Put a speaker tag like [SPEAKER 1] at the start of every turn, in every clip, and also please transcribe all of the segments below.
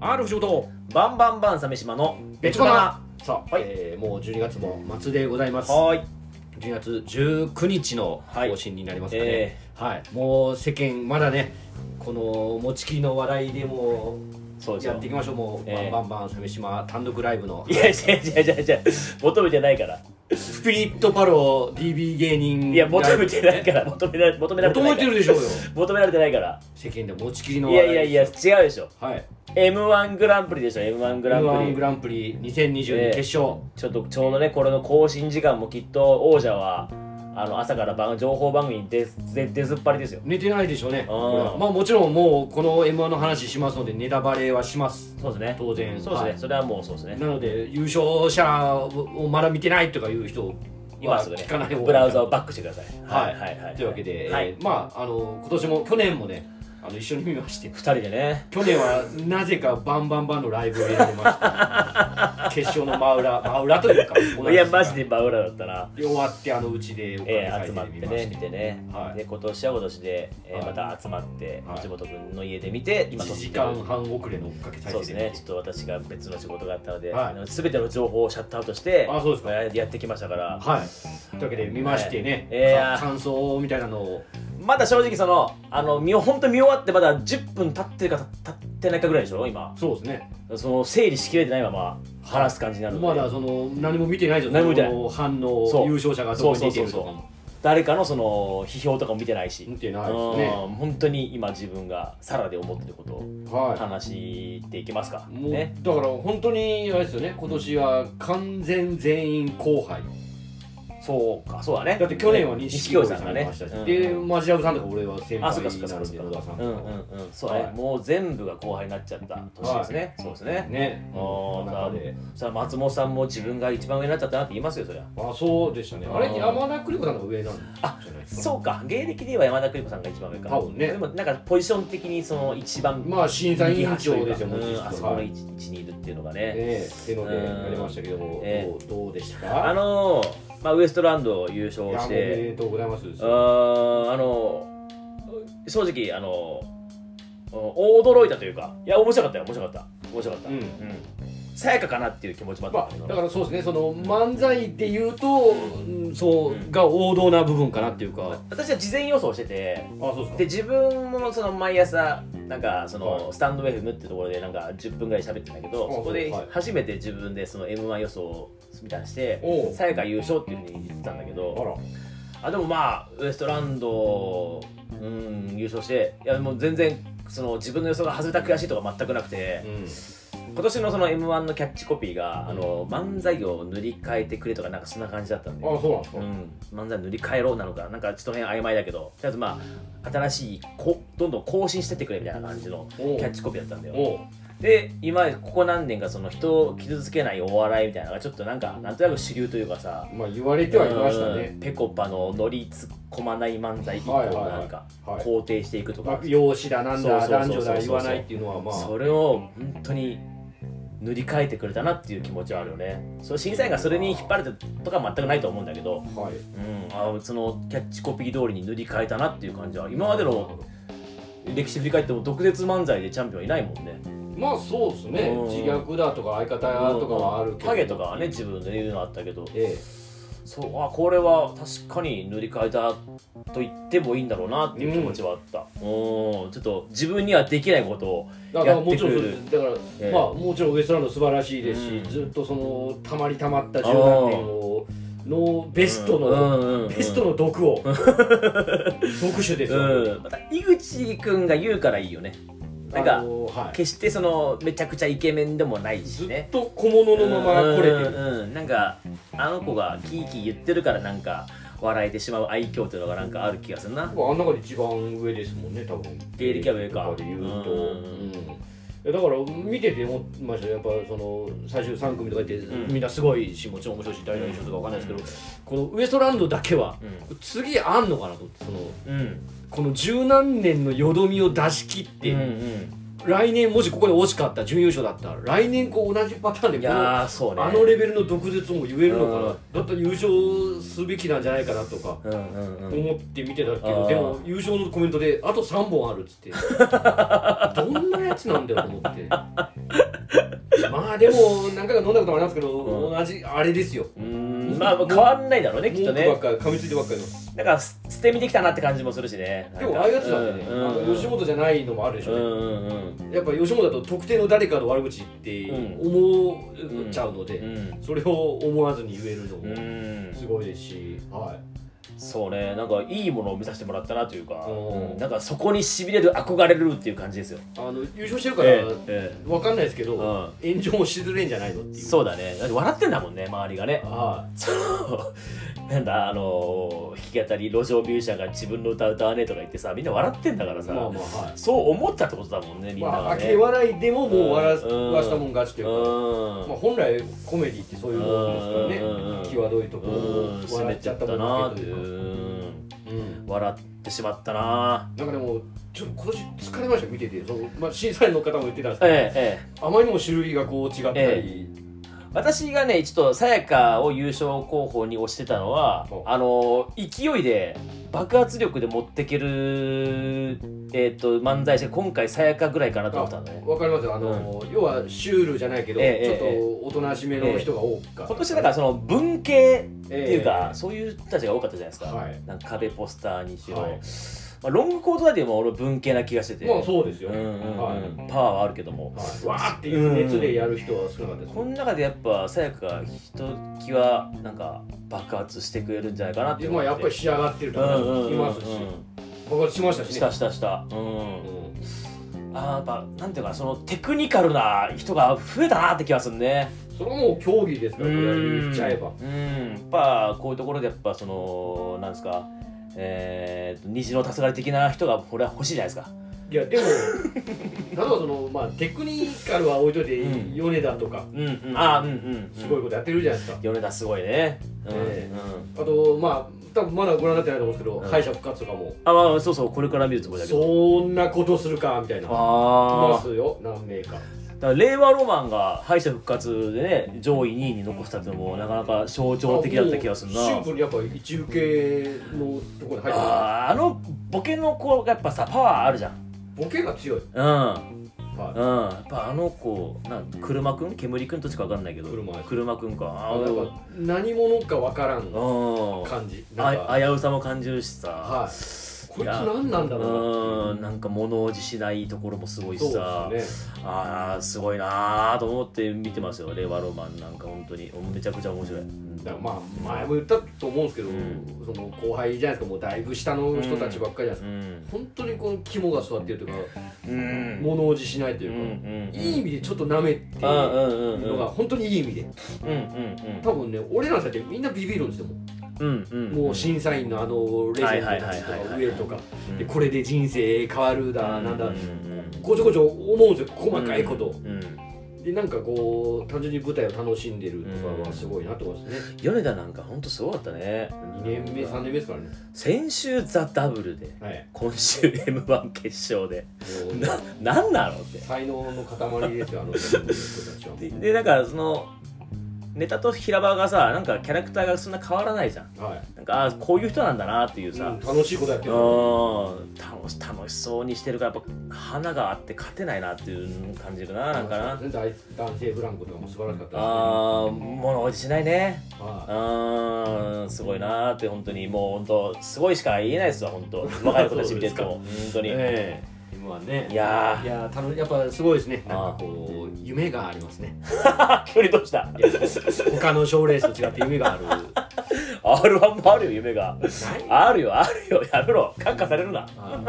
[SPEAKER 1] R 藤本
[SPEAKER 2] バンバンバン鮫島の
[SPEAKER 1] 別
[SPEAKER 2] 別
[SPEAKER 1] か
[SPEAKER 2] か
[SPEAKER 1] な
[SPEAKER 2] な
[SPEAKER 1] さあ、
[SPEAKER 2] はい
[SPEAKER 1] えーもう12月も末でございます
[SPEAKER 2] はーい
[SPEAKER 1] 12月19日の
[SPEAKER 2] はい
[SPEAKER 1] 更新になりますかね、
[SPEAKER 2] え
[SPEAKER 1] はい、もう世間まだねこの持ちきりの話題でも
[SPEAKER 2] そうですよ
[SPEAKER 1] やっていきましょうもう、
[SPEAKER 2] ええ
[SPEAKER 1] バンバンバン鮫島単独ライブの
[SPEAKER 2] いや違う違う違う違う求めてないから
[SPEAKER 1] スピリットパロ DB 芸人
[SPEAKER 2] いや求めてな
[SPEAKER 1] ライ
[SPEAKER 2] いから求めら求め
[SPEAKER 1] ブ
[SPEAKER 2] られて
[SPEAKER 1] 求
[SPEAKER 2] な
[SPEAKER 1] め
[SPEAKER 2] いか
[SPEAKER 1] て
[SPEAKER 2] ら
[SPEAKER 1] るでしょうよ
[SPEAKER 2] 求められてないから
[SPEAKER 1] 世間で持ちきりの
[SPEAKER 2] いやいやいや違うでしょ
[SPEAKER 1] はい
[SPEAKER 2] m 1グランプリでしょ m 1グ
[SPEAKER 1] グラ
[SPEAKER 2] ランプ
[SPEAKER 1] ン
[SPEAKER 2] リ
[SPEAKER 1] グランプリ2022決勝、
[SPEAKER 2] ちょっとちょうどねこれの更新時間もきっと王者はあの朝から番情報番組に出出出ずっぱりですよ
[SPEAKER 1] 寝てないでしょうね
[SPEAKER 2] ん
[SPEAKER 1] これはまあもちろんもうこの m 1の話しますのでネタバレはします
[SPEAKER 2] そうですね
[SPEAKER 1] 当然
[SPEAKER 2] そうですね、
[SPEAKER 1] はい
[SPEAKER 2] それはもうそうですね
[SPEAKER 1] なので優勝者をまだ見てないとかいう人
[SPEAKER 2] 今
[SPEAKER 1] は
[SPEAKER 2] すぐね
[SPEAKER 1] 聞かない方がいい
[SPEAKER 2] ブラウザをバックしてください
[SPEAKER 1] はい
[SPEAKER 2] はいはい
[SPEAKER 1] というわけで、
[SPEAKER 2] はい
[SPEAKER 1] えーまああの今年も去年もねあの一緒に見まして
[SPEAKER 2] 2人でね
[SPEAKER 1] 去年はなぜかバンバンバンのライブをやりました 決勝の真裏真裏というか
[SPEAKER 2] いやマジ
[SPEAKER 1] で
[SPEAKER 2] で真裏だったな
[SPEAKER 1] 終わってあのうちでお
[SPEAKER 2] え
[SPEAKER 1] 金
[SPEAKER 2] 集ま
[SPEAKER 1] か
[SPEAKER 2] っ
[SPEAKER 1] けてみ
[SPEAKER 2] て
[SPEAKER 1] ま
[SPEAKER 2] ね
[SPEAKER 1] し
[SPEAKER 2] 見
[SPEAKER 1] て
[SPEAKER 2] てね、
[SPEAKER 1] はい
[SPEAKER 2] で今年は今年で、えー
[SPEAKER 1] はい
[SPEAKER 2] また集まって
[SPEAKER 1] はい
[SPEAKER 2] 藤本君の家で見て今
[SPEAKER 1] 1
[SPEAKER 2] 撮って
[SPEAKER 1] 時
[SPEAKER 2] る
[SPEAKER 1] 間半遅れの追っかけ再
[SPEAKER 2] そ
[SPEAKER 1] 生
[SPEAKER 2] うです
[SPEAKER 1] で
[SPEAKER 2] ねちょっと私が別の仕事があったので、
[SPEAKER 1] はい
[SPEAKER 2] あの全ての情報をシャットアウトして
[SPEAKER 1] あそうですか
[SPEAKER 2] ややってきましたから
[SPEAKER 1] はいというわけで見ましてね、
[SPEAKER 2] はいえー
[SPEAKER 1] か感想みたいなのを
[SPEAKER 2] まだ正直そのあの見本当見終わってまだ10分経ってるか経ってないかぐらいでしょ今
[SPEAKER 1] そうですね
[SPEAKER 2] その整理しきれてないまま話す感じになるので、
[SPEAKER 1] まだその何も見てないじゃん
[SPEAKER 2] 何も見てない
[SPEAKER 1] 反応
[SPEAKER 2] そう
[SPEAKER 1] 優勝者がどこに出てるとか
[SPEAKER 2] そうそう
[SPEAKER 1] も
[SPEAKER 2] 誰かのその批評とかも見てないし
[SPEAKER 1] 見てないですね
[SPEAKER 2] うん本当に今自分がサラで思ってることを
[SPEAKER 1] はい
[SPEAKER 2] 話していきますか、
[SPEAKER 1] もう、
[SPEAKER 2] ね
[SPEAKER 1] だから本当にあれですよね今年は完全全員後輩
[SPEAKER 2] そうかそうだね
[SPEAKER 1] だって去年は
[SPEAKER 2] ね
[SPEAKER 1] 錦鯉さんが
[SPEAKER 2] 錦
[SPEAKER 1] ね
[SPEAKER 2] 鯉さんがね
[SPEAKER 1] で
[SPEAKER 2] うん
[SPEAKER 1] マジラブさんとか俺は先
[SPEAKER 2] あ
[SPEAKER 1] 輩
[SPEAKER 2] そうか
[SPEAKER 1] に
[SPEAKER 2] そうかそ
[SPEAKER 1] なる
[SPEAKER 2] うか
[SPEAKER 1] ん
[SPEAKER 2] そ
[SPEAKER 1] で
[SPEAKER 2] う
[SPEAKER 1] 野
[SPEAKER 2] か
[SPEAKER 1] 田さんとか
[SPEAKER 2] うんうんうんそうだね、
[SPEAKER 1] はい
[SPEAKER 2] もう全部が後輩になっちゃった年ですね、そうですね
[SPEAKER 1] ね
[SPEAKER 2] あー
[SPEAKER 1] 中で
[SPEAKER 2] さあ松本さんも自分が一番上になっちゃったなって言いますよそりゃ
[SPEAKER 1] あそうでしたねあ
[SPEAKER 2] あ
[SPEAKER 1] れ
[SPEAKER 2] ー
[SPEAKER 1] 山田邦子さんの方が上なんじゃないですか
[SPEAKER 2] そうか芸歴では山田邦子さんが一番上か
[SPEAKER 1] 多分ね
[SPEAKER 2] でもなんかポジション的にその一番
[SPEAKER 1] まあ審査委員長ですよ
[SPEAKER 2] う
[SPEAKER 1] もち
[SPEAKER 2] んあそこ
[SPEAKER 1] ろん
[SPEAKER 2] の
[SPEAKER 1] はい
[SPEAKER 2] 位
[SPEAKER 1] ね
[SPEAKER 2] 置位置にいるっていうのがね
[SPEAKER 1] っていうので
[SPEAKER 2] うん
[SPEAKER 1] やりましたけどど
[SPEAKER 2] え
[SPEAKER 1] うどうでしたか
[SPEAKER 2] あのーまあ、ウエストランド優
[SPEAKER 1] い
[SPEAKER 2] 勝
[SPEAKER 1] や
[SPEAKER 2] し
[SPEAKER 1] おめ
[SPEAKER 2] て
[SPEAKER 1] でとうございます
[SPEAKER 2] あーあのー正直あのーお驚いたというかいや面白かったよ面白かった面白かった
[SPEAKER 1] うん
[SPEAKER 2] うんさやかかなっていう気持ちもあった
[SPEAKER 1] ま
[SPEAKER 2] んだけど
[SPEAKER 1] あ、だからそうですねその漫才で言うと、うんそうが王道な部分かなっていうか、あ
[SPEAKER 2] 私は事前予想してて
[SPEAKER 1] そう
[SPEAKER 2] で自分もその毎朝なんかそ
[SPEAKER 1] は
[SPEAKER 2] のスタンド FM ってところでなんか10分ぐらい喋ってたんだけど
[SPEAKER 1] あ
[SPEAKER 2] そこで
[SPEAKER 1] はい
[SPEAKER 2] 初めて自分でその m 1予想をみたいにして
[SPEAKER 1] おう
[SPEAKER 2] さやか優勝っていうふうに言ってたんだけど
[SPEAKER 1] あら
[SPEAKER 2] あでもまあウエストランド、うん、優勝していやもう全然その自分の予想が外れた悔しいとか全くなくて、今年のその m 1のキャッチコピーが、あの漫才を塗り替えてくれとかなんかそんな感じだったんで、
[SPEAKER 1] あそうなんですか、
[SPEAKER 2] うん、漫才塗り替えろなのかなんかちょっと辺曖昧だけどとりあえずまあ新しいこどんどん更新してってくれみたいな感じのキ
[SPEAKER 1] おう
[SPEAKER 2] ャッチコピーだったんだよ
[SPEAKER 1] おう
[SPEAKER 2] で今ここ何年かその人を傷つけないお笑いみたいなのがちょっとなんかなんとなく主流というかさ、
[SPEAKER 1] まあ言われてはいました
[SPEAKER 2] う
[SPEAKER 1] ね
[SPEAKER 2] んペコパの乗り突っ込まない漫才以降
[SPEAKER 1] はいはいはい
[SPEAKER 2] なんか
[SPEAKER 1] はい
[SPEAKER 2] 肯定していくとか、
[SPEAKER 1] まあ容姿だなんだ
[SPEAKER 2] そうそうそう
[SPEAKER 1] 男
[SPEAKER 2] そ
[SPEAKER 1] 女
[SPEAKER 2] う
[SPEAKER 1] だ言わないっていうのはまあ
[SPEAKER 2] それを本当に塗り替えてくれたなっていう気持ちはあるよねそう審査員がそれに引っ張られたとかは全くないと思うんだけど、
[SPEAKER 1] はい
[SPEAKER 2] うん、あそのキャッチコピー通りに塗り替えたなっていう感じは今までの歴史振り返っても毒舌漫才でチャンピオンいないもんね
[SPEAKER 1] まあそうですね
[SPEAKER 2] うん
[SPEAKER 1] 自虐だとか相方とかはあるけど
[SPEAKER 2] ハゲとかはね自分で言うのあったけど
[SPEAKER 1] え
[SPEAKER 2] そうあこれは確かに塗り替えたと言ってもいいんだろうなっていう気持ちはあった、うん、ちょっと自分にはできないことを
[SPEAKER 1] えだから
[SPEAKER 2] やっ
[SPEAKER 1] も
[SPEAKER 2] て
[SPEAKER 1] ち
[SPEAKER 2] く
[SPEAKER 1] ろん
[SPEAKER 2] れ
[SPEAKER 1] そ
[SPEAKER 2] る
[SPEAKER 1] うですだから、
[SPEAKER 2] ええ
[SPEAKER 1] まあもちろんウエストランド素晴らしいですし、
[SPEAKER 2] うん
[SPEAKER 1] ずっとそのたまりたまった十何年をのベストの、
[SPEAKER 2] うんうんうん
[SPEAKER 1] ベストの毒を特殊ですよ、
[SPEAKER 2] うん、また井口君が言うからいいよねなんか
[SPEAKER 1] あのはい、
[SPEAKER 2] 決してそのめちゃくちゃイケメンでもないし
[SPEAKER 1] ずっ
[SPEAKER 2] ね
[SPEAKER 1] と小物のまま来れて
[SPEAKER 2] うん
[SPEAKER 1] る
[SPEAKER 2] うんうんなんかあの子がキーキー言ってるからなんか笑えてしまう愛嬌というのがなんかある気がするな
[SPEAKER 1] あん中で一番上ですもんね多分
[SPEAKER 2] 芸歴は上か
[SPEAKER 1] で言うと、
[SPEAKER 2] うん
[SPEAKER 1] うんいやだから見てて思いましたよやっぱその最終3組とか言って、
[SPEAKER 2] うん
[SPEAKER 1] みんなすごいしもちろん面白いし大大賞とかわかんないですけど、このウエストランドだけは、次あんのかなと思ってその
[SPEAKER 2] うん
[SPEAKER 1] この十何年のよどみを出し切って、
[SPEAKER 2] うんうん
[SPEAKER 1] 来年もしここで惜しかった準優勝だったら来年こう同じパターン
[SPEAKER 2] い
[SPEAKER 1] でこの
[SPEAKER 2] やーそうね
[SPEAKER 1] あのレベルの毒舌も言えるのかな、
[SPEAKER 2] うん
[SPEAKER 1] だったら優勝すべきなんじゃないかなとか
[SPEAKER 2] うんうんうん
[SPEAKER 1] 思って見てたけど、
[SPEAKER 2] あー
[SPEAKER 1] でも優勝のコメントであと3本あるっつ ってどんなやつなんだよと思ってまあでも何回か飲んだこともありますけど、
[SPEAKER 2] うん
[SPEAKER 1] 同じあれですよ
[SPEAKER 2] うーんまあ変わんないだろうねきっと
[SPEAKER 1] 文
[SPEAKER 2] ね
[SPEAKER 1] 句ばっかり噛みついてばっかりの
[SPEAKER 2] なんかす捨て身できたなって感じもするしね
[SPEAKER 1] でもああいうやつなんでね、
[SPEAKER 2] うん
[SPEAKER 1] あ
[SPEAKER 2] うん
[SPEAKER 1] の吉本じゃないのもあるでし
[SPEAKER 2] う
[SPEAKER 1] ょうね、
[SPEAKER 2] んうんうん
[SPEAKER 1] やっぱ吉本だと特定の誰かの悪口って思っちゃうので、
[SPEAKER 2] うん
[SPEAKER 1] それを思わずに言えるの
[SPEAKER 2] う
[SPEAKER 1] も
[SPEAKER 2] ん
[SPEAKER 1] すごいですし、はい
[SPEAKER 2] そうねなんかいいものを見させてもらったなというか、
[SPEAKER 1] うん
[SPEAKER 2] うんなんかそこにしびれる憧れるっていう感じですよ、
[SPEAKER 1] あの優勝してるから
[SPEAKER 2] えええ
[SPEAKER 1] わかんないですけど、
[SPEAKER 2] う
[SPEAKER 1] 炎上もしづれんじゃないのって
[SPEAKER 2] え
[SPEAKER 1] いう
[SPEAKER 2] そうだねだって笑ってんだもんね周りがね
[SPEAKER 1] は
[SPEAKER 2] そのなんだあの弾き語り路上ミュージシャンが自分の歌歌わねえとか言ってさみんな笑ってんだから
[SPEAKER 1] い
[SPEAKER 2] さ、
[SPEAKER 1] まあまあはい
[SPEAKER 2] そう思ったってことだもんねみん
[SPEAKER 1] ま
[SPEAKER 2] な
[SPEAKER 1] あ
[SPEAKER 2] が
[SPEAKER 1] 明け
[SPEAKER 2] ね、
[SPEAKER 1] 笑いでももう笑わ
[SPEAKER 2] うんうん
[SPEAKER 1] したもん勝ちというか、まあ、本来コメディってそういうものですから
[SPEAKER 2] うんうんうん
[SPEAKER 1] ね際どいところ
[SPEAKER 2] うん、うん、
[SPEAKER 1] を
[SPEAKER 2] 攻
[SPEAKER 1] 笑
[SPEAKER 2] め
[SPEAKER 1] っち
[SPEAKER 2] て
[SPEAKER 1] ゃっ
[SPEAKER 2] った
[SPEAKER 1] た
[SPEAKER 2] な
[SPEAKER 1] も
[SPEAKER 2] ー
[SPEAKER 1] ん
[SPEAKER 2] っ
[SPEAKER 1] だ
[SPEAKER 2] て
[SPEAKER 1] け
[SPEAKER 2] い
[SPEAKER 1] ど
[SPEAKER 2] う
[SPEAKER 1] いうか、
[SPEAKER 2] うん
[SPEAKER 1] うん、
[SPEAKER 2] 笑ってしまったな
[SPEAKER 1] なんかでもちょっと今年疲れましたよ見ててその、まあ、審査員の方も言ってたんですけど、
[SPEAKER 2] ええええ
[SPEAKER 1] あまりにも種類がこう違ったり、
[SPEAKER 2] え私がねちょっとさやかを優勝候補に推してたのは
[SPEAKER 1] ほう
[SPEAKER 2] あの勢いで爆発力で持ってける、えっと漫才師が今回さやかぐらいかなと思ったんだね
[SPEAKER 1] わかりますよあの、要はシュールじゃないけど、
[SPEAKER 2] ええ
[SPEAKER 1] ちょっとおとなしめの人が多かった、
[SPEAKER 2] 今年だからその文系
[SPEAKER 1] っ
[SPEAKER 2] っていうか、そういう人たちが多かったじゃないですか,、
[SPEAKER 1] はい
[SPEAKER 2] なんか壁ポスターにしろ、
[SPEAKER 1] はい
[SPEAKER 2] まあ、ロングコートダディも俺文系な気がしてて、
[SPEAKER 1] まあそうですよ、
[SPEAKER 2] うんうんうん
[SPEAKER 1] はい
[SPEAKER 2] パワーはあるけども
[SPEAKER 1] はい、わーっていう熱でやる人は少なかったです、
[SPEAKER 2] この中でやっぱさやかがひときわなんか爆発してくれるんじゃないかなって
[SPEAKER 1] で
[SPEAKER 2] 思
[SPEAKER 1] ま
[SPEAKER 2] っ
[SPEAKER 1] あ
[SPEAKER 2] て
[SPEAKER 1] やっぱり仕上がってると
[SPEAKER 2] うん
[SPEAKER 1] 話
[SPEAKER 2] うん
[SPEAKER 1] も聞きますし、
[SPEAKER 2] うんうん
[SPEAKER 1] 爆発しましたしね
[SPEAKER 2] したしたした、う、
[SPEAKER 1] うんん
[SPEAKER 2] あーやっぱなんていうかなそのテクニカルな人が増えたなって気がするね
[SPEAKER 1] それはもう競技ですからこれは言っちゃえば
[SPEAKER 2] うんやっぱこういうところでやっぱそのなんですかえーと、虹の黄昏的な人がこれは欲しいじゃないですか
[SPEAKER 1] いやでも 例えばその、まあ、テクニカルは置いといて、
[SPEAKER 2] うん
[SPEAKER 1] 米田とか
[SPEAKER 2] うんうんあーうんうん
[SPEAKER 1] すごいことやってるじゃないですか、
[SPEAKER 2] 米田すごいねうん、
[SPEAKER 1] ええ
[SPEAKER 2] うん
[SPEAKER 1] あとまあ多分まだご覧になってないと思うんですけど、
[SPEAKER 2] うん
[SPEAKER 1] 敗者復活とかも
[SPEAKER 2] あまあそうそうこれから見るつもりだけど
[SPEAKER 1] そんなことするかみたいないま
[SPEAKER 2] あ
[SPEAKER 1] すよ何名か
[SPEAKER 2] あだから令和ロマンが敗者復活でね上位2位に残したってのもなかなか象徴的だった気がするな
[SPEAKER 1] もうシンプルにやっぱ一受けのところに入ってま
[SPEAKER 2] あーあのボケの子がやっぱさパワーあるじゃん
[SPEAKER 1] すボケが強い、
[SPEAKER 2] うん
[SPEAKER 1] は
[SPEAKER 2] うんやっぱあの子なん車くん煙くんとしか分かんないけど
[SPEAKER 1] 車です
[SPEAKER 2] 車くんかあ
[SPEAKER 1] い、なんか何者かわからん
[SPEAKER 2] のうん
[SPEAKER 1] 感じなんか
[SPEAKER 2] あ危うさも感じるしさ
[SPEAKER 1] はいこいつ何なんだろう
[SPEAKER 2] うんなんか物おじしないところもすごい
[SPEAKER 1] な
[SPEAKER 2] しさ
[SPEAKER 1] そうですね
[SPEAKER 2] ああすごいなーと思って見てますよ令和ロマンなんか本当にめちゃくちゃ面白いうん
[SPEAKER 1] だからまあ前も言ったと思うんですけど、
[SPEAKER 2] うん
[SPEAKER 1] その後輩じゃないですかもうだいぶ下の人たちばっかりじゃないですか、本当にこの肝が座ってるというか
[SPEAKER 2] うん
[SPEAKER 1] 物おじしないと
[SPEAKER 2] うんう
[SPEAKER 1] いうか、
[SPEAKER 2] ん
[SPEAKER 1] いい意味でちょっと舐めて
[SPEAKER 2] う
[SPEAKER 1] る
[SPEAKER 2] んうんうんうん
[SPEAKER 1] のが本当にいい意味で
[SPEAKER 2] うんうん
[SPEAKER 1] 多分ね俺らの世代ってみんなビビるんですよも
[SPEAKER 2] うんうんうん
[SPEAKER 1] う,、もう審査員のあのレジェンドたちと
[SPEAKER 2] はいはいはいはい
[SPEAKER 1] か
[SPEAKER 2] はい
[SPEAKER 1] 上とか
[SPEAKER 2] うん
[SPEAKER 1] でこれで人生変わるだなん
[SPEAKER 2] う
[SPEAKER 1] だ
[SPEAKER 2] んうんうん
[SPEAKER 1] ごちょごちょ思うんですよ細かいことを、
[SPEAKER 2] うん
[SPEAKER 1] でなんかこう単純に舞台を楽しんでるとかはすごいなと思いますね、
[SPEAKER 2] 米田なんかほんとすごかったね
[SPEAKER 1] 2年目3年目ですからね
[SPEAKER 2] 先週ザ・ダブルで
[SPEAKER 1] はい
[SPEAKER 2] 今週 m 1決勝で
[SPEAKER 1] もう
[SPEAKER 2] ななんなのって
[SPEAKER 1] 才能の塊です よあの人たちは
[SPEAKER 2] ででなんかそのネタと平場がさなんかキャラクターがそんな変わらないじゃん
[SPEAKER 1] はい
[SPEAKER 2] なんかあーこういう人なんだなっていうさ、
[SPEAKER 1] うん楽しいことやってる
[SPEAKER 2] うん楽し楽しそうにしてるからやっぱ花があって勝てないなっていう感じるななんかな、
[SPEAKER 1] そうですね大男性ブランコとかも素晴らしかったですね
[SPEAKER 2] あー物おじしないね
[SPEAKER 1] は
[SPEAKER 2] うんすごいなーって本当にもう本当すごいしか言えないですわ本当若い子たち見て ても本当
[SPEAKER 1] い
[SPEAKER 2] に、
[SPEAKER 1] ええ今はね
[SPEAKER 2] いや
[SPEAKER 1] いや楽やっぱすごいですね
[SPEAKER 2] あー
[SPEAKER 1] なんかこう夢がありますね
[SPEAKER 2] ー距離どうした
[SPEAKER 1] いや他の賞ーレースと違って夢がある
[SPEAKER 2] r 1もあるよ夢が
[SPEAKER 1] ない
[SPEAKER 2] あるよあるよやめろ感化されるな
[SPEAKER 1] あ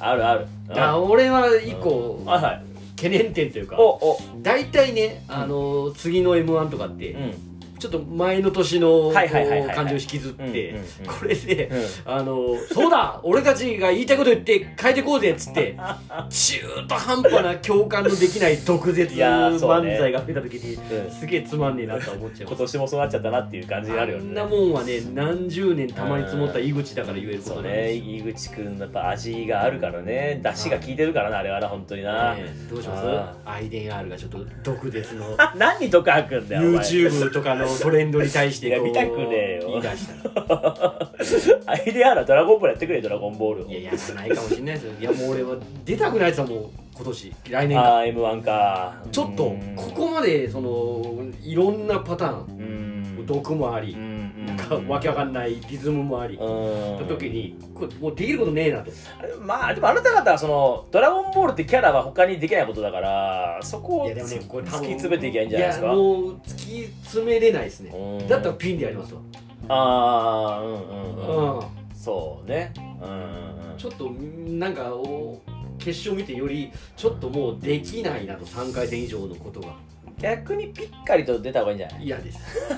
[SPEAKER 2] あるある
[SPEAKER 1] あ俺は一個
[SPEAKER 2] あはい
[SPEAKER 1] 懸念点というか
[SPEAKER 2] おお
[SPEAKER 1] 大体ねあの次の m 1とかって
[SPEAKER 2] うん
[SPEAKER 1] ちょっと前の年のこう
[SPEAKER 2] はいはいはいはいはい
[SPEAKER 1] 感じを引きずっ
[SPEAKER 2] うんうんう
[SPEAKER 1] て
[SPEAKER 2] ん
[SPEAKER 1] これで
[SPEAKER 2] うん
[SPEAKER 1] あのそうだ俺たちが言いたいこと言って変えてこうぜっつって 中途半端な共感のできない毒舌
[SPEAKER 2] いやーそうね
[SPEAKER 1] 漫才が増えた時に
[SPEAKER 2] うん
[SPEAKER 1] すげえつまんねえなとは思っちゃいま
[SPEAKER 2] 今
[SPEAKER 1] す
[SPEAKER 2] 年もそうなっちゃったなっていう感じになるよ
[SPEAKER 1] あんな
[SPEAKER 2] ね
[SPEAKER 1] もんはね何十年たまり積もった井口だから言えるこ
[SPEAKER 2] そ
[SPEAKER 1] と
[SPEAKER 2] う
[SPEAKER 1] なんで
[SPEAKER 2] ね
[SPEAKER 1] すよ
[SPEAKER 2] 井口くんやっぱ味があるからね出汁が効いてるからなあれはな本当にな、
[SPEAKER 1] ねどうしま
[SPEAKER 2] あ
[SPEAKER 1] すアイデン R がちょっと毒ですの
[SPEAKER 2] 何に毒吐くんだよお前
[SPEAKER 1] YouTube とかのトレンドに対してこう
[SPEAKER 2] いや見たくねえよ
[SPEAKER 1] 言い出したら
[SPEAKER 2] アイデアなドラゴンボールやってくれドラゴンボールを
[SPEAKER 1] いややらないかもしれないですよいやもう俺は出たくないですよもう今年来年か
[SPEAKER 2] あー M1 か
[SPEAKER 1] ちょっと
[SPEAKER 2] うん
[SPEAKER 1] ここまでそのいろんなパターン
[SPEAKER 2] うん
[SPEAKER 1] 毒もあ
[SPEAKER 2] う
[SPEAKER 1] り
[SPEAKER 2] ん
[SPEAKER 1] なんかわけわかんないリズムもあり
[SPEAKER 2] うん
[SPEAKER 1] た時にこれもうできることねえなと
[SPEAKER 2] まあでもあなた方はその「ドラゴンボール」ってキャラは他にできないことだからそこを
[SPEAKER 1] いや
[SPEAKER 2] 突
[SPEAKER 1] でもね
[SPEAKER 2] き
[SPEAKER 1] これ多
[SPEAKER 2] 突
[SPEAKER 1] 分
[SPEAKER 2] き詰めていけばいいんじゃないで
[SPEAKER 1] や
[SPEAKER 2] す
[SPEAKER 1] も
[SPEAKER 2] か
[SPEAKER 1] う突き詰めれないですね
[SPEAKER 2] うん
[SPEAKER 1] だったらピンでやりますわ
[SPEAKER 2] ああうんうんうん、
[SPEAKER 1] うん
[SPEAKER 2] そうねうんうんうん
[SPEAKER 1] ちょっとなんかお決勝見てよりちょっともうできないなと3回戦以上のことが
[SPEAKER 2] 逆にピッカリと出た方がいいんじゃない
[SPEAKER 1] 嫌です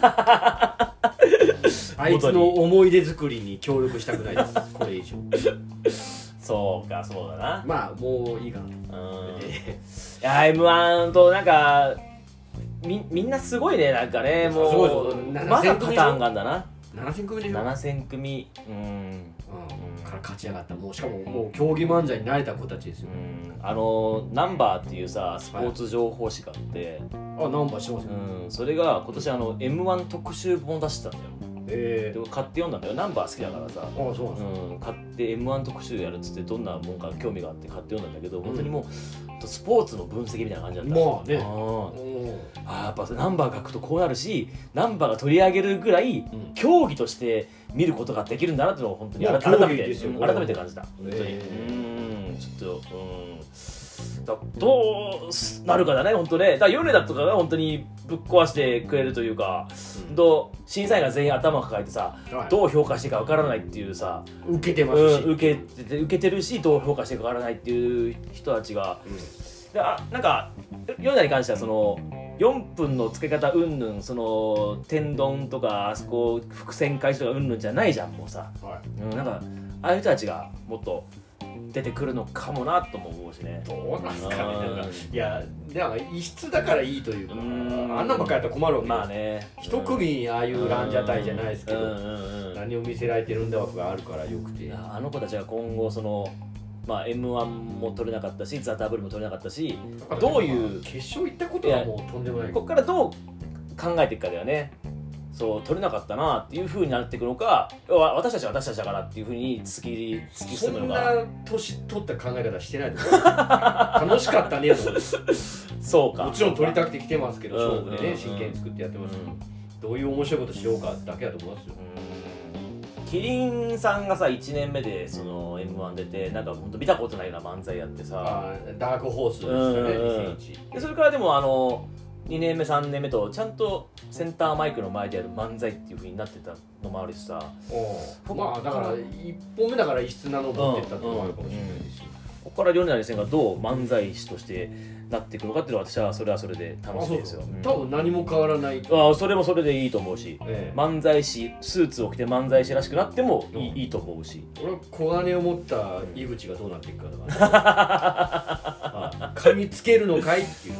[SPEAKER 1] あいつの思い出作りに協力したくないですこれ以上
[SPEAKER 2] そうかそうだな
[SPEAKER 1] まあもういいかなと
[SPEAKER 2] うんい
[SPEAKER 1] え
[SPEAKER 2] や m 1となんかみみんなすごいねなんかねも
[SPEAKER 1] すごいぞ
[SPEAKER 2] うまだ
[SPEAKER 1] 7000
[SPEAKER 2] パ
[SPEAKER 1] 組で
[SPEAKER 2] タ
[SPEAKER 1] しょ
[SPEAKER 2] ーンがあんだな
[SPEAKER 1] ー7000組でしょ、
[SPEAKER 2] 7000組うん
[SPEAKER 1] うん、から勝ち上がったもうしかももう競技漫才に慣れた子たちです
[SPEAKER 2] う
[SPEAKER 1] よ
[SPEAKER 2] んあの「ナンバーっていうさスポーツ情報誌があって、
[SPEAKER 1] あナンバーしてますよ
[SPEAKER 2] うん、それが今年あの m 1特集本を出してたんだよ
[SPEAKER 1] え
[SPEAKER 2] で俺買って読んだんだよナンバー好きだからさ、
[SPEAKER 1] ー、ああそうなんですか
[SPEAKER 2] うん、買って m 1特集やるっつってどんなもんか興味があって買って読んだんだけど本当にもうスポーツの分析みたいな感じだった
[SPEAKER 1] まあね
[SPEAKER 2] あー
[SPEAKER 1] おー
[SPEAKER 2] あーやっぱナンバー書くとこうなるしナンバーが取り上げるぐらい
[SPEAKER 1] うん
[SPEAKER 2] 競技として見ることができるんだなっていうのを本当に
[SPEAKER 1] まあ
[SPEAKER 2] 改め
[SPEAKER 1] 競技
[SPEAKER 2] て
[SPEAKER 1] ですよ
[SPEAKER 2] うん
[SPEAKER 1] これ
[SPEAKER 2] 改
[SPEAKER 1] は
[SPEAKER 2] めて感じた本当に
[SPEAKER 1] ええ
[SPEAKER 2] うんちょっとうんだどうすなるかだね本当ねだから米田とかが本当にぶっ壊してくれるというか
[SPEAKER 1] うん
[SPEAKER 2] どう審査員が全員頭抱えてさ
[SPEAKER 1] はい
[SPEAKER 2] どう評価していいかわからないっていうさ、
[SPEAKER 1] 受けてま
[SPEAKER 2] う
[SPEAKER 1] すし、
[SPEAKER 2] ん、受けてて受けてるしどう評価していいかわからないっていう人たちがであなんかヨナに関してはその4分の付け方うんぬんその天丼とかあそこ伏線回収とかうんぬんじゃないじゃんもうさ、
[SPEAKER 1] はい
[SPEAKER 2] うん、なんかああいう人たちがもっと出てくるのかもなとも思うしね
[SPEAKER 1] どうなんすかね
[SPEAKER 2] うん
[SPEAKER 1] なんかいやなんか異質だからいいというか
[SPEAKER 2] うん
[SPEAKER 1] あんなばっかやったら困るわけですよ
[SPEAKER 2] まあね
[SPEAKER 1] 一組ああいうランジャタイじゃないですけ
[SPEAKER 2] うんう
[SPEAKER 1] ど
[SPEAKER 2] んうん
[SPEAKER 1] 何を見せられてるんだ枠があるからよく
[SPEAKER 2] い
[SPEAKER 1] て
[SPEAKER 2] やあの子たちが今後その、まあ、m 1も取れなかったし「ザ・ダブルも取れなかったしどういう
[SPEAKER 1] 決勝行ったことはもうとんでも ない
[SPEAKER 2] ここからどう考えていくかだよねそう取れなかったなっていうふうになっていくのかわ私たちは私たちだからっていうふうに突き突き
[SPEAKER 1] そ
[SPEAKER 2] 進む
[SPEAKER 1] ん
[SPEAKER 2] の
[SPEAKER 1] な
[SPEAKER 2] か
[SPEAKER 1] 年取った考え方してないと思う楽しかったねと思う
[SPEAKER 2] そうか
[SPEAKER 1] もちろん取りたくて来てますけど
[SPEAKER 2] うん
[SPEAKER 1] 勝負で
[SPEAKER 2] う
[SPEAKER 1] ね
[SPEAKER 2] ん
[SPEAKER 1] 真剣に作ってやってますけ
[SPEAKER 2] う
[SPEAKER 1] ど
[SPEAKER 2] ん
[SPEAKER 1] どういう面白いことしようかだけだと思いますよ
[SPEAKER 2] うんキリンさんがさ1年目でその m 1出てなんか本当見たことないような漫才やってさ
[SPEAKER 1] あーダークホースですよ
[SPEAKER 2] うん
[SPEAKER 1] ね2001
[SPEAKER 2] でそれからでもあの2年目3年目とちゃんとセンターマイクの前でやる漫才っていうふうになってたのもあるしさ
[SPEAKER 1] おうまあだから1本目だから異質なのを持ってったっていうのもあるかもしれないですし
[SPEAKER 2] ここから米谷先生がどう漫才師としてなっていくのかっていうのは私はそれはそれで楽
[SPEAKER 1] あ
[SPEAKER 2] し
[SPEAKER 1] そう
[SPEAKER 2] みですようん
[SPEAKER 1] 多分何も変わらないと、
[SPEAKER 2] あそれもそれでいいと思うし
[SPEAKER 1] ええ
[SPEAKER 2] 漫才師スーツを着て漫才師らしくなってもいい,、
[SPEAKER 1] うん
[SPEAKER 2] いいと思うし
[SPEAKER 1] 俺は小金を持った井口がどうなっていくか だから噛みつけるのかいっていう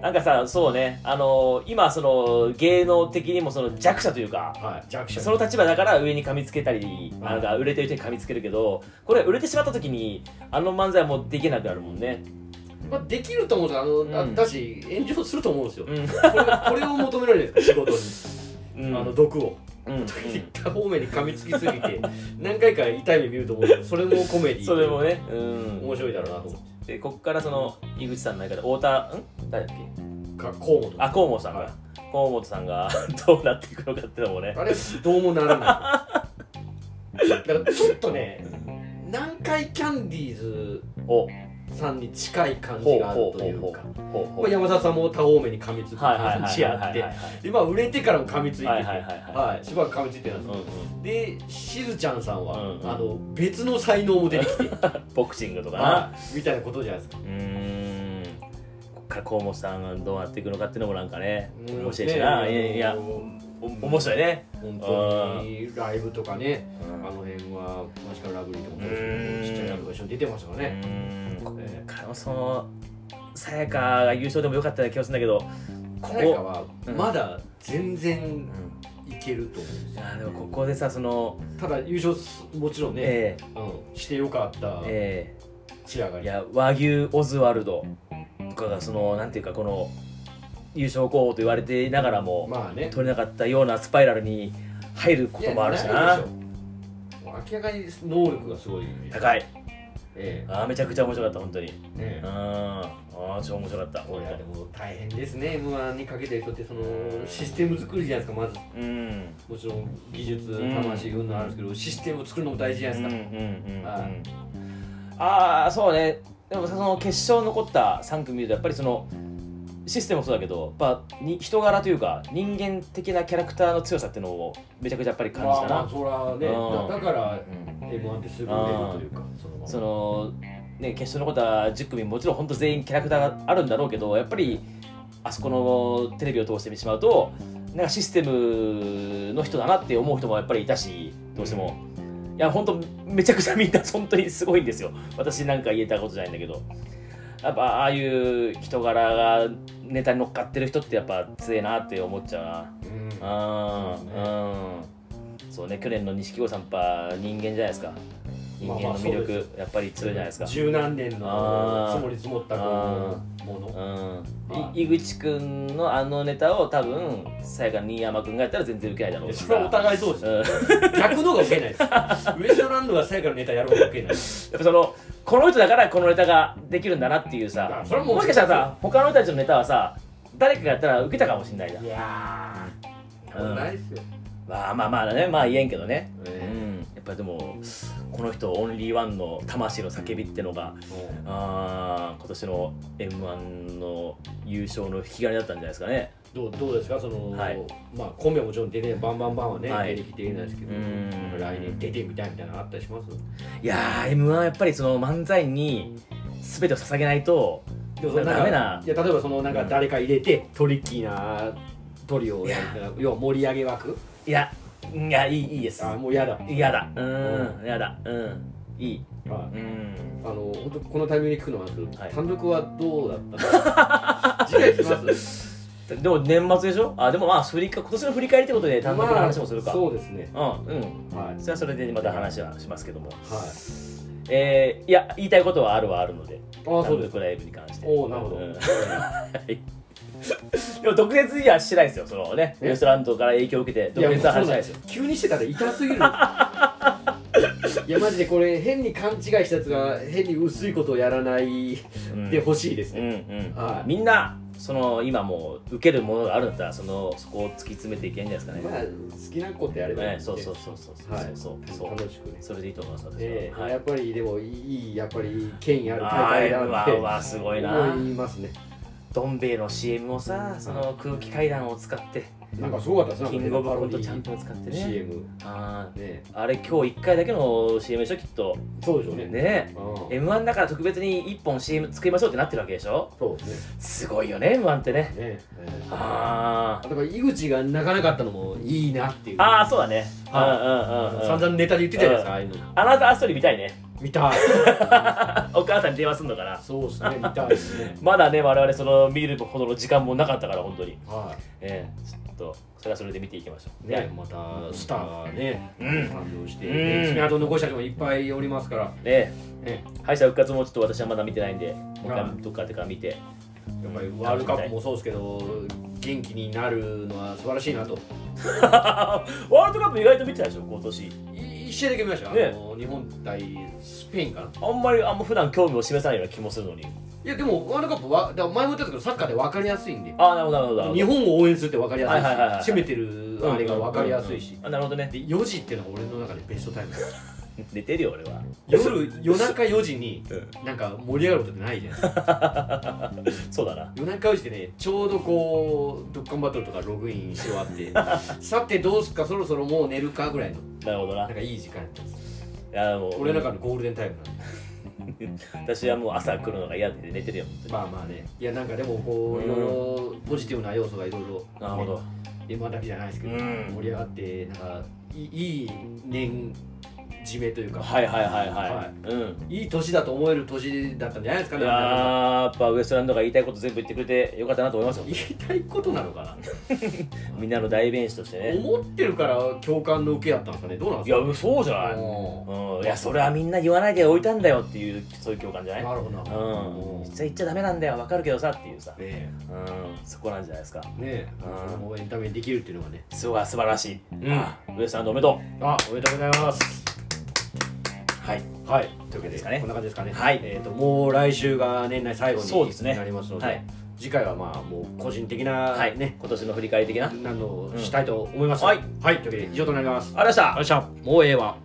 [SPEAKER 2] なんかさそうねあのー今その芸能的にもその弱者というか
[SPEAKER 1] はい弱者
[SPEAKER 2] その立場だから上に噛みつけたり
[SPEAKER 1] うん
[SPEAKER 2] なんか売れてる人に噛みつけるけどこれ売れてしまった時にあの漫才はもうできなくなるもんね
[SPEAKER 1] まあ、できると思うんですよあの、
[SPEAKER 2] うん
[SPEAKER 1] だだし炎上すると 思うんですよ、
[SPEAKER 2] う
[SPEAKER 1] こ
[SPEAKER 2] ん
[SPEAKER 1] れこれを求められるじゃないですか仕事
[SPEAKER 2] うん
[SPEAKER 1] にあの毒を
[SPEAKER 2] うんうん
[SPEAKER 1] 言った方面に噛みつきすぎて何回か痛い目見ると思うんですけどそれもコメディ
[SPEAKER 2] それもねうん
[SPEAKER 1] 面白いだろうなと思って
[SPEAKER 2] でこっからその井口さんの中で太田ん誰だっけ
[SPEAKER 1] か河本
[SPEAKER 2] あ河本さん
[SPEAKER 1] はい
[SPEAKER 2] が河本さんが どうなっていくのかってのもね
[SPEAKER 1] あれどうもならないだからちょっとね南海キャンディーズ
[SPEAKER 2] お
[SPEAKER 1] さんに近い感じ
[SPEAKER 2] ほう
[SPEAKER 1] がある
[SPEAKER 2] ほう
[SPEAKER 1] と
[SPEAKER 2] ほ
[SPEAKER 1] いうう
[SPEAKER 2] ほ
[SPEAKER 1] か
[SPEAKER 2] うほうほ
[SPEAKER 1] まあ
[SPEAKER 2] う
[SPEAKER 1] 山田さんも他方面に噛みつく
[SPEAKER 2] はいはい
[SPEAKER 1] 感
[SPEAKER 2] はい
[SPEAKER 1] じ
[SPEAKER 2] はい
[SPEAKER 1] あっ
[SPEAKER 2] はいは
[SPEAKER 1] て
[SPEAKER 2] い
[SPEAKER 1] 今売れてからも噛みついてて
[SPEAKER 2] はいはいはいはい
[SPEAKER 1] はいしばらく噛みついてたんです
[SPEAKER 2] うん
[SPEAKER 1] よ
[SPEAKER 2] うん
[SPEAKER 1] でしずちゃんさんは、
[SPEAKER 2] うんうん
[SPEAKER 1] あの別の才能も出てきて
[SPEAKER 2] ボクシングとかな
[SPEAKER 1] はいみたいなことじゃないですか
[SPEAKER 2] うーんこっから河本さんがどうなっていくのかっていうのもなんかね
[SPEAKER 1] うん
[SPEAKER 2] 面白いしな
[SPEAKER 1] ね
[SPEAKER 2] いやいや
[SPEAKER 1] うん
[SPEAKER 2] お面白いね
[SPEAKER 1] 本当にライブとかねあの辺は確かラブリーとかもそうですけどちっちゃいライブが一緒に出てましたからね
[SPEAKER 2] うん今回もそのさやかが優勝でもよかったような気がするんだけどこ
[SPEAKER 1] さやか
[SPEAKER 2] こ
[SPEAKER 1] は
[SPEAKER 2] うん
[SPEAKER 1] まだ全然いけると思うんです
[SPEAKER 2] い
[SPEAKER 1] よ
[SPEAKER 2] やでもここでさその
[SPEAKER 1] ただ優勝すもちろんね、
[SPEAKER 2] え
[SPEAKER 1] あのしてよかった
[SPEAKER 2] ー、え
[SPEAKER 1] 仕上が
[SPEAKER 2] ー、い
[SPEAKER 1] り
[SPEAKER 2] や和牛オズワルドとかがそのなんていうかこの優勝候補と言われていながらも、
[SPEAKER 1] まあね
[SPEAKER 2] 取れなかったようなスパイラルに入ることもあるし
[SPEAKER 1] いや
[SPEAKER 2] ない
[SPEAKER 1] でしょもう明らかに能力がすごいい、
[SPEAKER 2] 高い
[SPEAKER 1] え
[SPEAKER 2] あーめちゃくちゃ面白かった本当に
[SPEAKER 1] えねえ
[SPEAKER 2] うんああ超面白かった
[SPEAKER 1] これはでも大変ですね m 1にかけてる人ってそのシステム作りじゃないですかまず
[SPEAKER 2] うん
[SPEAKER 1] もちろん技術
[SPEAKER 2] うん
[SPEAKER 1] 魂運のあるんですけど、システムを作るのも大事じゃないですか、はい
[SPEAKER 2] ああそうねでもその決勝残った3組見るとやっぱりそのシステムもそうだけどやっぱに人柄というか人間的なキャラクターの強さっていうのをめちゃくちゃやっぱり感じた
[SPEAKER 1] まあま
[SPEAKER 2] な
[SPEAKER 1] あ、そらね
[SPEAKER 2] うん
[SPEAKER 1] だだから
[SPEAKER 2] うん
[SPEAKER 1] m 1ってすぐ売れるというかそのまま
[SPEAKER 2] そのね決勝のことは10組もちろん本当全員キャラクターがあるんだろうけどやっぱりあそこのテレビを通して見てしまうとなんかシステムの人だなって思う人もやっぱりいたしどうしても、いや本当めちゃくちゃみんな本当にすごいんですよ私なんか言えたことじゃないんだけどやっぱああいう人柄がネタに乗っかってる人ってやっぱ強えなって思っちゃうな
[SPEAKER 1] うん
[SPEAKER 2] あ
[SPEAKER 1] そうです
[SPEAKER 2] あ、うん、そうね去年の錦鯉さんやっぱ人間じゃないですか人
[SPEAKER 1] まあ
[SPEAKER 2] 間
[SPEAKER 1] まあ
[SPEAKER 2] の魅力、
[SPEAKER 1] そうで
[SPEAKER 2] やっぱり強いじゃないですか
[SPEAKER 1] 十何年の
[SPEAKER 2] あー
[SPEAKER 1] 積もり積もったこうもの
[SPEAKER 2] うんい井口くんのあのネタを多分最後新山くんがやったら全然受けないだろう
[SPEAKER 1] で
[SPEAKER 2] し
[SPEAKER 1] それはお互いそうです
[SPEAKER 2] うんやっ
[SPEAKER 1] 逆の方が受けないですウエストランドが最後のネタやる方が受けないです
[SPEAKER 2] ぱそのこの人だからこのネタができるんだなっていうさ
[SPEAKER 1] あそれはもう
[SPEAKER 2] もしかしたらさ他の人たちのネタはさ誰かがやったら受けたかもしれないじゃん
[SPEAKER 1] いやー
[SPEAKER 2] うん
[SPEAKER 1] ないですよ、
[SPEAKER 2] まあまあまあねまあ言えんけどねう
[SPEAKER 1] え
[SPEAKER 2] んやっぱりでもこの人オンリーワンの魂の叫びってのが
[SPEAKER 1] えもう
[SPEAKER 2] あー今年の m 1の優勝の引き金だったんじゃないですかね
[SPEAKER 1] どうどうですかその、
[SPEAKER 2] はい
[SPEAKER 1] まあコンビはもちろん出てバンバンバンはね、
[SPEAKER 2] はい
[SPEAKER 1] 出てきていないですけど
[SPEAKER 2] うん
[SPEAKER 1] 来年出てみたいみたいなのあったりします
[SPEAKER 2] いやー m 1やっぱりその漫才に全てを捧げないと
[SPEAKER 1] でも
[SPEAKER 2] それダメない
[SPEAKER 1] や例えばそのなんか誰か入れて、トリッキーなトリオをやる要は盛り上げ枠
[SPEAKER 2] いやいやいいいいです
[SPEAKER 1] あーもう嫌だ
[SPEAKER 2] 嫌だうーん嫌だうんいい
[SPEAKER 1] あ
[SPEAKER 2] うん
[SPEAKER 1] あの本当このタイミングに聞くのはなんですけど、
[SPEAKER 2] はい
[SPEAKER 1] 単独はどうだった の次回聞きます
[SPEAKER 2] でも年末でしょあでもまあ振りか今年の振り返りってことで単独の話もする
[SPEAKER 1] ま
[SPEAKER 2] か、
[SPEAKER 1] あそうですね
[SPEAKER 2] うんうん
[SPEAKER 1] はい、
[SPEAKER 2] それはそれでまた話はしますけども
[SPEAKER 1] はい、
[SPEAKER 2] えー、いや言いたいことはあるはあるので
[SPEAKER 1] ああそう
[SPEAKER 2] 単
[SPEAKER 1] です
[SPEAKER 2] 独ライブに関して
[SPEAKER 1] おおなるほど、
[SPEAKER 2] うんでも独立にはしてないですよ、そのね、
[SPEAKER 1] え
[SPEAKER 2] レストラントから影響を受けて、
[SPEAKER 1] い
[SPEAKER 2] 独
[SPEAKER 1] やもう
[SPEAKER 2] 立は
[SPEAKER 1] そう
[SPEAKER 2] し
[SPEAKER 1] なで
[SPEAKER 2] なんいですす
[SPEAKER 1] よ
[SPEAKER 2] よ。
[SPEAKER 1] 急にしてたら痛すぎ るいやマジでこれ変に勘違いしたやつが変に薄いことをやらない
[SPEAKER 2] うん
[SPEAKER 1] でほしいです
[SPEAKER 2] う
[SPEAKER 1] ね、
[SPEAKER 2] んうん
[SPEAKER 1] はい
[SPEAKER 2] みんな、その今もう受けるものがあるんだったら、そのそこを突き詰めていけんじゃないですか
[SPEAKER 1] まあ
[SPEAKER 2] ね。
[SPEAKER 1] 好きなことやればいいん
[SPEAKER 2] ね
[SPEAKER 1] で
[SPEAKER 2] そうそうそうそうそう
[SPEAKER 1] はい
[SPEAKER 2] そうそうそう、
[SPEAKER 1] 楽しくね
[SPEAKER 2] それでいいと思います、私は。
[SPEAKER 1] ええ
[SPEAKER 2] はい
[SPEAKER 1] やっぱりでもいいやっぱり権威ある大
[SPEAKER 2] あー
[SPEAKER 1] 会だなっ
[SPEAKER 2] M1
[SPEAKER 1] て
[SPEAKER 2] はすごいな
[SPEAKER 1] 思いますね
[SPEAKER 2] どん兵衛の CM をさその空気階段を使って
[SPEAKER 1] なんかすごかったです
[SPEAKER 2] キ
[SPEAKER 1] ね
[SPEAKER 2] ングオブコントチャン
[SPEAKER 1] ね
[SPEAKER 2] ピオンを使ってね
[SPEAKER 1] CM
[SPEAKER 2] あ
[SPEAKER 1] ね
[SPEAKER 2] ーあれ今日1回だけの CM でしょきっと
[SPEAKER 1] そうでしょうね
[SPEAKER 2] ね
[SPEAKER 1] うん
[SPEAKER 2] m 1だから特別に1本 CM 作りましょうってなってるわけでしょ
[SPEAKER 1] そうです
[SPEAKER 2] すごいよね m 1ってね
[SPEAKER 1] ねねええ
[SPEAKER 2] あ
[SPEAKER 1] だから井口が泣かなかったのもいいなっていう
[SPEAKER 2] ーあーそうだねうん
[SPEAKER 1] は
[SPEAKER 2] うんうん
[SPEAKER 1] 散
[SPEAKER 2] うん
[SPEAKER 1] 々ネタで言ってたじゃないですかああいうの
[SPEAKER 2] アナザーストーリー見たいね
[SPEAKER 1] 見たい
[SPEAKER 2] お母さんに電話すんのかな
[SPEAKER 1] そうですね見たいですね
[SPEAKER 2] まだね我々その見るほどの時間もなかったから本当に
[SPEAKER 1] は
[SPEAKER 2] ええちょっとそれはそれで見ていきましょ
[SPEAKER 1] いうねまたスターがね
[SPEAKER 2] うん
[SPEAKER 1] 誕生して
[SPEAKER 2] うん
[SPEAKER 1] 爪痕を残した人もいっぱいおりますから
[SPEAKER 2] ね
[SPEAKER 1] ね
[SPEAKER 2] 敗者復活もちょっと私はまだ見てないんでもう一
[SPEAKER 1] はい
[SPEAKER 2] 回どっかでから見て
[SPEAKER 1] やっぱりワールドカップもそうですけど元気になるのは素晴らしいなと
[SPEAKER 2] ワールドカップ意外と見てたでしょ今年
[SPEAKER 1] い一試合だけ見ました、
[SPEAKER 2] ね
[SPEAKER 1] あの日本対スペインかな
[SPEAKER 2] あんまりあんま普段興味を示さないような気もするのに
[SPEAKER 1] いやでもワールドカップはだから前も言ったんですけどサッカーで分かりやすいんで
[SPEAKER 2] ああなるほどなるほどなるほど
[SPEAKER 1] 日本を応援するって分かりやすいし、
[SPEAKER 2] はいはいはいはい
[SPEAKER 1] 攻めてるあれが分かりやすいし、
[SPEAKER 2] うんうんうんあなるほどね
[SPEAKER 1] で4時っていうのが俺の中でベストタイムです
[SPEAKER 2] 寝てるよ俺は
[SPEAKER 1] 夜夜中4時に
[SPEAKER 2] うん
[SPEAKER 1] なんか盛り上がることってないじゃないですか
[SPEAKER 2] そうだな
[SPEAKER 1] 夜中4時ってねちょうどこう「ドッカンバトル」とかログインし終わって さてどうすっかそろそろもう寝るかぐらいの
[SPEAKER 2] なるほどな
[SPEAKER 1] なんかいい時間やったんです
[SPEAKER 2] いやもう
[SPEAKER 1] 俺の中のゴールデンタイムなんで
[SPEAKER 2] 私はもう朝来るのが嫌で寝てるよ本当に
[SPEAKER 1] まあまあねいやなんかでもこういろいろポジティブな要素がいろいろ
[SPEAKER 2] なるほど
[SPEAKER 1] M−1 だけじゃないですけど、
[SPEAKER 2] うん
[SPEAKER 1] 盛り上がってなんかいいいい年締めというか、
[SPEAKER 2] はいはいはい
[SPEAKER 1] は
[SPEAKER 2] はい、うん
[SPEAKER 1] い、い年だと思える年だったんじゃないですか
[SPEAKER 2] い
[SPEAKER 1] ね
[SPEAKER 2] や
[SPEAKER 1] なんか
[SPEAKER 2] ーやっぱウエストランドが言いたいこと全部言ってくれてよかったなと思いますよ
[SPEAKER 1] 言いたいことなのかな
[SPEAKER 2] みんなの代弁師としてね
[SPEAKER 1] 思ってるから共感の受けやったんですかねどうなん
[SPEAKER 2] い
[SPEAKER 1] です
[SPEAKER 2] や
[SPEAKER 1] か
[SPEAKER 2] そうじゃない
[SPEAKER 1] うん
[SPEAKER 2] うん、いやそれはみんな言わないで置いたんだよっていうそういう共感じゃない
[SPEAKER 1] なるほどなるほど
[SPEAKER 2] うん実は言っちゃダメなんだよわかるけどさっていうさ、
[SPEAKER 1] ね
[SPEAKER 2] うん、そこなんじゃないですか
[SPEAKER 1] えねえ
[SPEAKER 2] うん
[SPEAKER 1] それもエンタメにできるっていうのがね
[SPEAKER 2] すごい素晴らしい、うん
[SPEAKER 1] あ、
[SPEAKER 2] ウエストランドおめでと
[SPEAKER 1] あおめでとうございます
[SPEAKER 2] うはい
[SPEAKER 1] はいというわけ
[SPEAKER 2] です
[SPEAKER 1] で
[SPEAKER 2] かね
[SPEAKER 1] こんな感じですかね
[SPEAKER 2] はい
[SPEAKER 1] えーともう来週が年内最後
[SPEAKER 2] そうです
[SPEAKER 1] に
[SPEAKER 2] ね
[SPEAKER 1] なりますの
[SPEAKER 2] はい
[SPEAKER 1] で次回はまあもう個人的な
[SPEAKER 2] はい
[SPEAKER 1] ね
[SPEAKER 2] ね今年の振り返り的なあり
[SPEAKER 1] なのをしたいと思います
[SPEAKER 2] うんはい
[SPEAKER 1] はいというわけで以上となります
[SPEAKER 2] がとうございました
[SPEAKER 1] よっしゃもうええわ